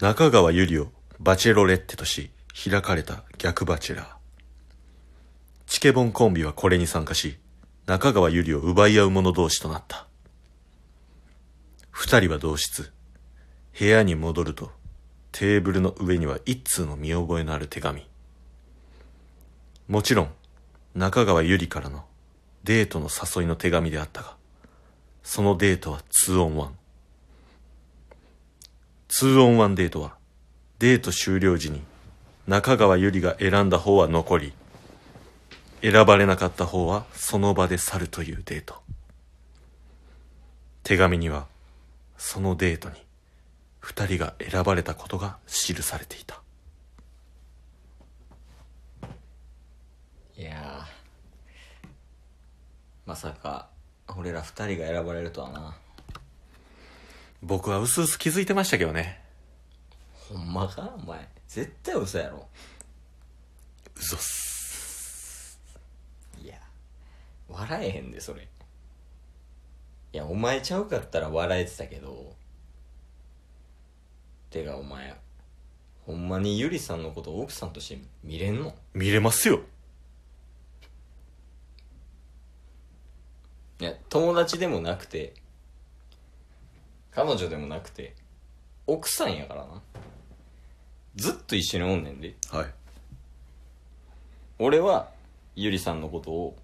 中川ゆりをバチェロレッテとし開かれた逆バチェラー。チケボンコンビはこれに参加し、中川ゆりを奪い合う者同士となった。二人は同室。部屋に戻ると、テーブルの上には一通の見覚えのある手紙。もちろん、中川ゆりからのデートの誘いの手紙であったが、そのデートは 2on1。2on1 デートは、デート終了時に中川ゆりが選んだ方は残り、選ばれなかった方はその場で去るというデート。手紙には、そのデートに、二人が選ばれたことが記されていた。いやーまさか俺ら二人が選ばれるとはな僕は薄々気づいてましたけどね。ほんまかお前絶対嘘やろ嘘っす。いや笑えへんでそれいやお前ちゃうかったら笑えてたけどてかお前ほんまにゆりさんのこと奥さんとして見れんの見れますよ。いや友達でもなくて彼女でもなくて奥さんやからなずっと一緒におんねんではい。俺はゆりさんのことを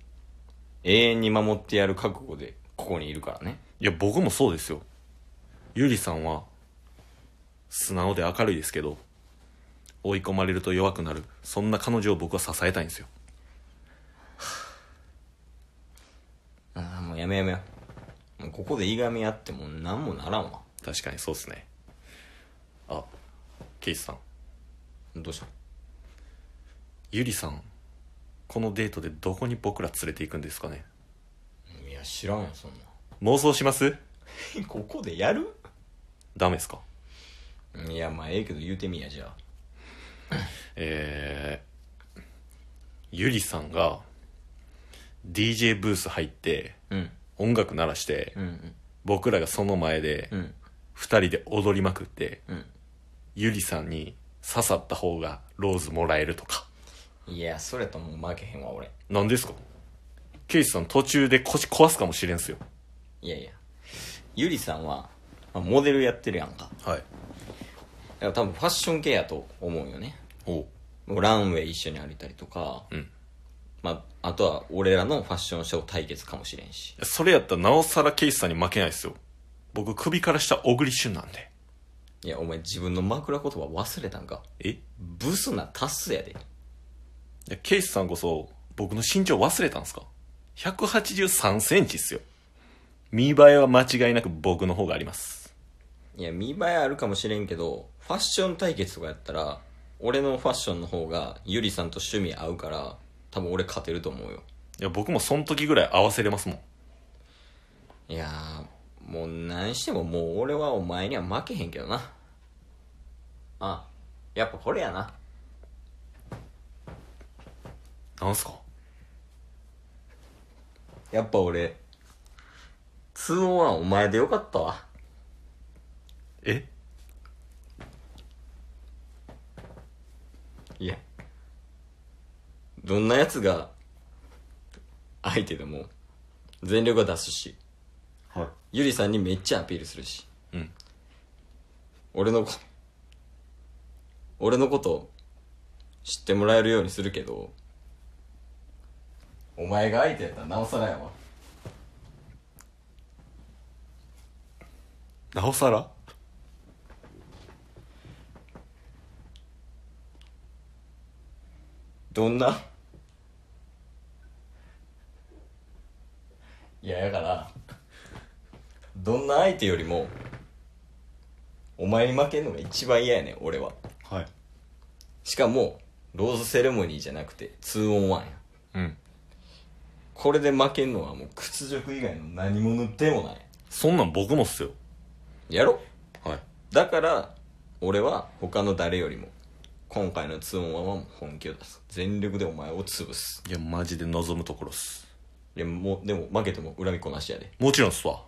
永遠に守ってやる覚悟でここにいるからねいや、僕もそうですよ。ゆりさんは、素直で明るいですけど、追い込まれると弱くなる、そんな彼女を僕は支えたいんですよ。ああもうやめやめよもうここでいがみ合っても何もならんわ確かにそうっすね。あ、ケイスさん。どうしたゆりさん、このデートでどこに僕ら連れて行くんですかねいや知らんよそんな妄想しますここでやるダメですかいやまあええけど言うてみやじゃあえーゆりさんが、DJ ブース入って、うん音楽鳴らして、うんうん僕らがその前で、うん二人で踊りまくって、うんゆりさんに刺さった方がローズもらえるとか。いやそれともう負けへんわ俺なんですかケイスさん途中で腰壊すかもしれんすよ。いやいやゆりさんは、まあモデルやってるやんかはい。だから多分ファッション系やと思うよねおもうランウェイ一緒に歩いたりとか、うんまあ、あとは俺らのファッションショー対決かもしれんしそれやったらなおさらケイスさんに負けないですよ。僕首から下小栗旬なんで。いやお前自分の枕言葉忘れたんかえいブスなタスやでやケイスさんこそ僕の身長忘れたんすか ?183 センチっすよ。見栄えは間違いなく僕の方があります。いや見栄えあるかもしれんけどファッション対決とかやったら俺のファッションの方がゆりさんと趣味合うから多分俺勝てると思うよいや僕もその時ぐらい合わせれますもん。いやーもう何してももう俺はお前には負けへんけどなあやっぱこれやななんすかやっぱ俺2 o 1お前でよかったわえいやどんなやつが相手でも全力は出すしはゆりさんにめっちゃアピールするしい。うん。俺のこ俺のこと知ってもらえるようにするけどお前が相手やったらなおさらやわなおさらどんないややからどんな相手よりもお前に負けるのが一番嫌やねん俺ははい。しかもローズセレモニーじゃなくて 2on1 やうん。これで負けんのはもう屈辱以外の何者でもないそんなん僕もっすよ。やろはい。だから俺は他の誰よりも今回の 2on1 はもう本気を出す全力でお前を潰すいや、マジで望むところっす。でももうでも負けても恨みこなしやでもちろんっすわ。